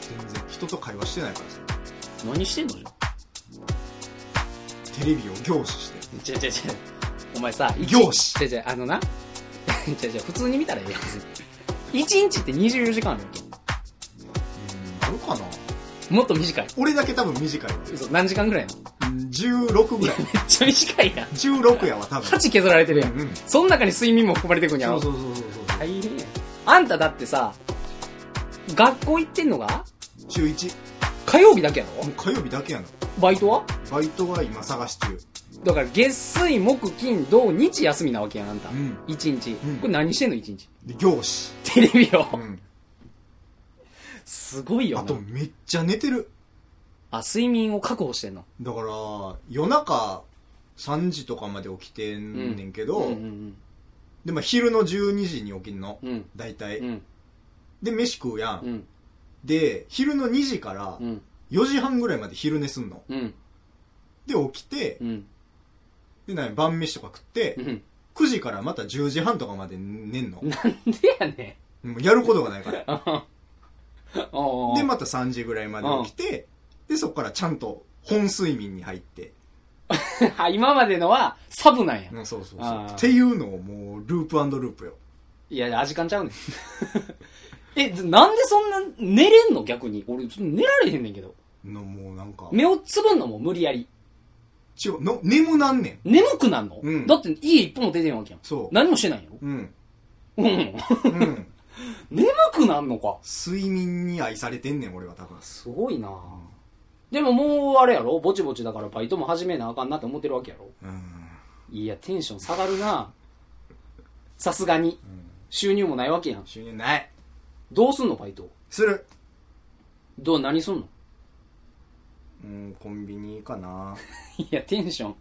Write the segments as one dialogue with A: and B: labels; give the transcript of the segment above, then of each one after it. A: 全然人と会話してないからさ
B: 何してんのよ
A: テレビを凝視して
B: 違う違う違うお前さ一
A: 凝視
B: 違う違うあのな 違う違う普通に見たらええやん別に1日って24時間あるわ
A: うんあるかな
B: けもっと短い
A: 俺だけ多分短いわ
B: 嘘何時間ぐらいなの
A: うん16ぐらい
B: めっちゃ短いやん
A: 16やわ多分
B: 8削られてるやん、
A: うん
B: その中に睡眠も含まれてくんや
A: そ
B: ろ
A: うそうそうそうそう
B: 大変やんあんただってさ学校行ってんのが
A: 週1
B: 火曜日だけやろ
A: もう火曜日だけやな
B: バイトは
A: バイトは今探し中
B: だから月水木金土日休みなわけやんあんた、
A: うん
B: 一1日、
A: ん
B: これ何してんの1日
A: で凝視
B: テレビを、
A: うん
B: すごいよ
A: あ
B: な
A: とめっちゃ寝てる
B: あ睡眠を確保してんの
A: だから夜中3時とかまで起きて
B: うん
A: ねんけ
B: う
A: ど、
B: んうん
A: でまあ昼の12時に起きんの、
B: うんうん
A: 大体、
B: うん
A: で飯食うやん、
B: うん
A: で昼の2時から
B: うん
A: 4時半ぐらいまで昼寝すんの
B: うん
A: で起きて、
B: うん
A: でなんや晩飯とか食って、
B: うん
A: 9時からまた10時半とかまで寝んの
B: な、んでやね
A: もうやることがない から
B: ん おうおう
A: でまた3時ぐらいまで起きて、でそこからちゃんと本睡眠に入って、
B: あ今までのはサブなんや、
A: うん、そうそうそう
B: あー
A: っていうのをもうループループよ
B: いや味感ちゃうねん えなんでそんな寝れんの逆に俺ちょっと寝られへんねんけど
A: のもうなんか
B: 目をつぶんのも無理やり
A: 違うの眠なんねん
B: 眠くなんの、
A: うん
B: だって家一歩も出てんわけやん
A: そう
B: 何もしてないよ
A: うん
B: うん
A: うん
B: 眠くなんのか
A: 睡眠に愛されてんねん俺は多分
B: すごいなでももうあれやろぼちぼちだからバイトも始めなあかんなって思ってるわけやろ
A: うん
B: いやテンション下がるなさすがに収入もないわけやん
A: 収入ない
B: どうすんのバイト
A: する
B: どう何すんの
A: うんコンビニかない
B: やテンション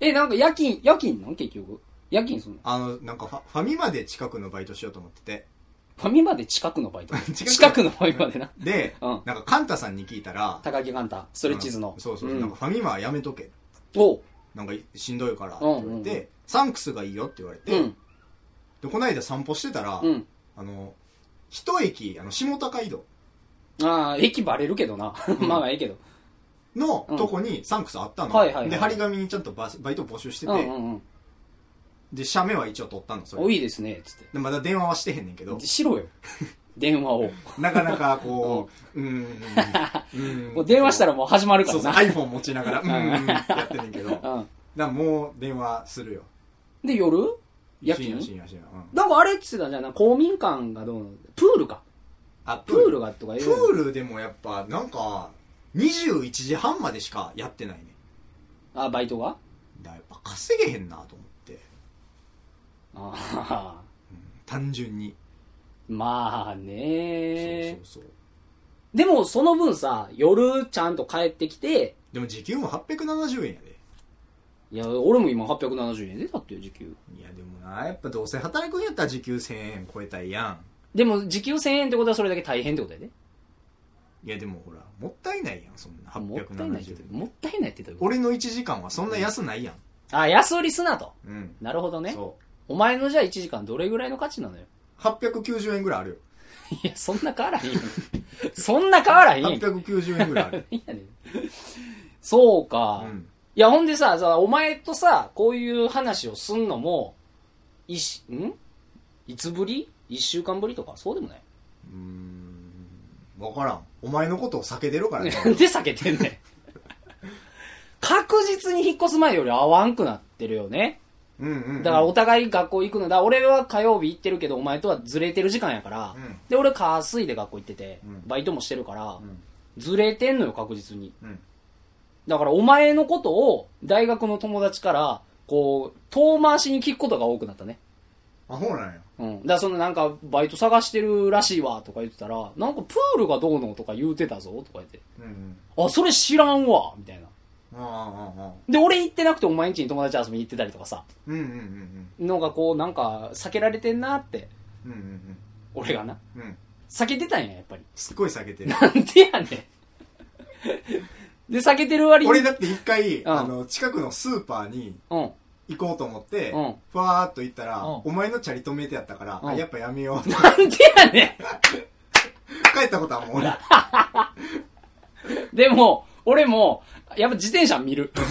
B: えなんか夜勤夜勤なん結局夜勤すんの
A: あのなんかファファミマで近くのバイトしようと思ってて
B: ファミマで近くのバイト
A: 近く
B: 近くのファミマでな
A: で、
B: うん
A: なんかカンタさんに聞いたら
B: 高木カンタストレッチーズの、
A: うんそうそう、
B: ん
A: なんかファミマはやめとけ
B: おう
A: なんかしんどいからって言われて、
B: うんう
A: サンクスがいいよって言われて、
B: うん
A: でこの間散歩してたら、
B: うん
A: あの一駅あの下高井戸
B: ああ駅バレるけどなまあまあええけど
A: の
B: うん
A: とこにサンクスあったの、
B: はいはいはい
A: で張り紙にちゃんとバスバイト募集してて、
B: うんうんうん
A: で社名は一応取ったのそれ
B: おいいですねつって
A: でまだ電話はしてへんねんけど
B: で しろよ電話を
A: なかなかこう、 うーん、うん
B: もう電話したらもう始まるか
A: そう
B: ら
A: そう、
B: な
A: iPhone 持ちながら、うーん、やってんねんけど、だか
B: うん
A: らもう電話するよ。
B: で夜
A: 深
B: 夜
A: 夜
B: 勤
A: 深夜深夜。うん
B: なんかあれっつってたじゃんな公民館がどうのプールか
A: あ、
B: プールがとか
A: プ
B: 言う
A: ールでもやっぱ、なんか、21時半までしかやってないね。
B: あバイトが
A: だからやっぱ稼げへんなと思って、
B: ああ
A: 単純に。
B: まあね
A: そうそうそう。
B: でもその分さ夜ちゃんと帰ってきて
A: でも時給も870円やで。
B: いや俺も今870円でだってよ時給
A: いやでもな、やっぱどうせ働くんやったら時給1000円超えたいや
B: でも時給1000円ってことはそれだけ大変ってことやで
A: ん。いやでもほら、もったいないやん、そんな
B: もったいないって
A: 870円。
B: もったいないってどういうこ
A: 俺の1時間はそんな安ないやん。
B: とあ安売りすなと
A: うん。
B: なるほどね
A: そ
B: お前のじゃあ1時間どれぐらいの価値なのよ
A: う。890円ぐらいあるよ。
B: いや、そんな変わら へんよ。そんな変わらへんやん。い
A: 890円ぐらい ある。
B: やねそう
A: う
B: か、
A: ん。
B: いや、ほんでさ、さお前とさ、こういう話をすんのも、いし、んいつぶり一週間ぶりとかそうでもない。
A: うーん。わからん。お前のことを避けてる からね。
B: なんで避けてんねん。確実に引っ越す前より合わんくなってるよね。
A: うんうん、うん。
B: だからお互い学校行くのだ。俺は火曜日行ってるけど、お前とはずれてる時間やから。
A: うん
B: で、俺火水で学校行ってて、
A: うん
B: バイトもしてるから、
A: ん
B: ずれてんのよ、確実に。
A: うん。
B: だからお前のことを大学の友達から、こう、遠回しに聞くことが多くなったね。
A: アホなんや。
B: うん。だからそのなんか、バイト探してるらしいわとか言ってたら、なんかプールがどうのとか言うてたぞとか言って、
A: うんうん。
B: あ、それ知らんわみたいな。
A: ああ、ああ、ああ。
B: で、俺行ってなくてお前ん家に友達遊びに行ってたりとかさ、
A: うんうんうん
B: のがこう、なんか、避けられてんなって、
A: うん。うんうん
B: 俺がな。
A: うん。うん。
B: 避けてたんや、やっぱり。
A: すっごい避けてる。
B: なんでやねん。で、避けてる割に。
A: 俺だって一回、
B: ん
A: あの、近くのスーパーに
B: うん。
A: 行こうと思って、
B: うん
A: ふわーっと行ったら、
B: うん
A: お前のチャリ止めてやったから、
B: うん
A: あやっぱやめよう。
B: なんでやねん。
A: 帰ったことはもうない。
B: でも、俺も、やっぱ自転車見る。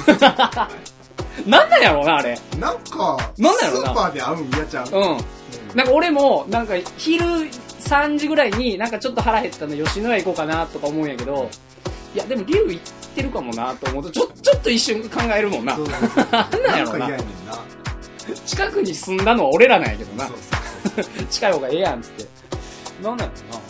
B: なんなんやろうな、あれ。
A: なんか、
B: なんなんやろな
A: スーパーで会うん嫌ちゃう。
B: うん。
A: うん
B: なんか俺も、なんか昼3時ぐらいになんかちょっと腹減ったんで吉野家行こうかなとか思うんやけど、いやでも龍行ってるかもなと思うと、ちょ、ちょっと一瞬考えるもんな
A: そ。うそうそう。
B: なんなんやろ
A: か
B: う
A: 嫌や
B: な。
A: ねんな。
B: 近くに住んだのは俺らなんやけどな
A: そう。そう
B: 近い方がええやんっつって。なんなんやろうな。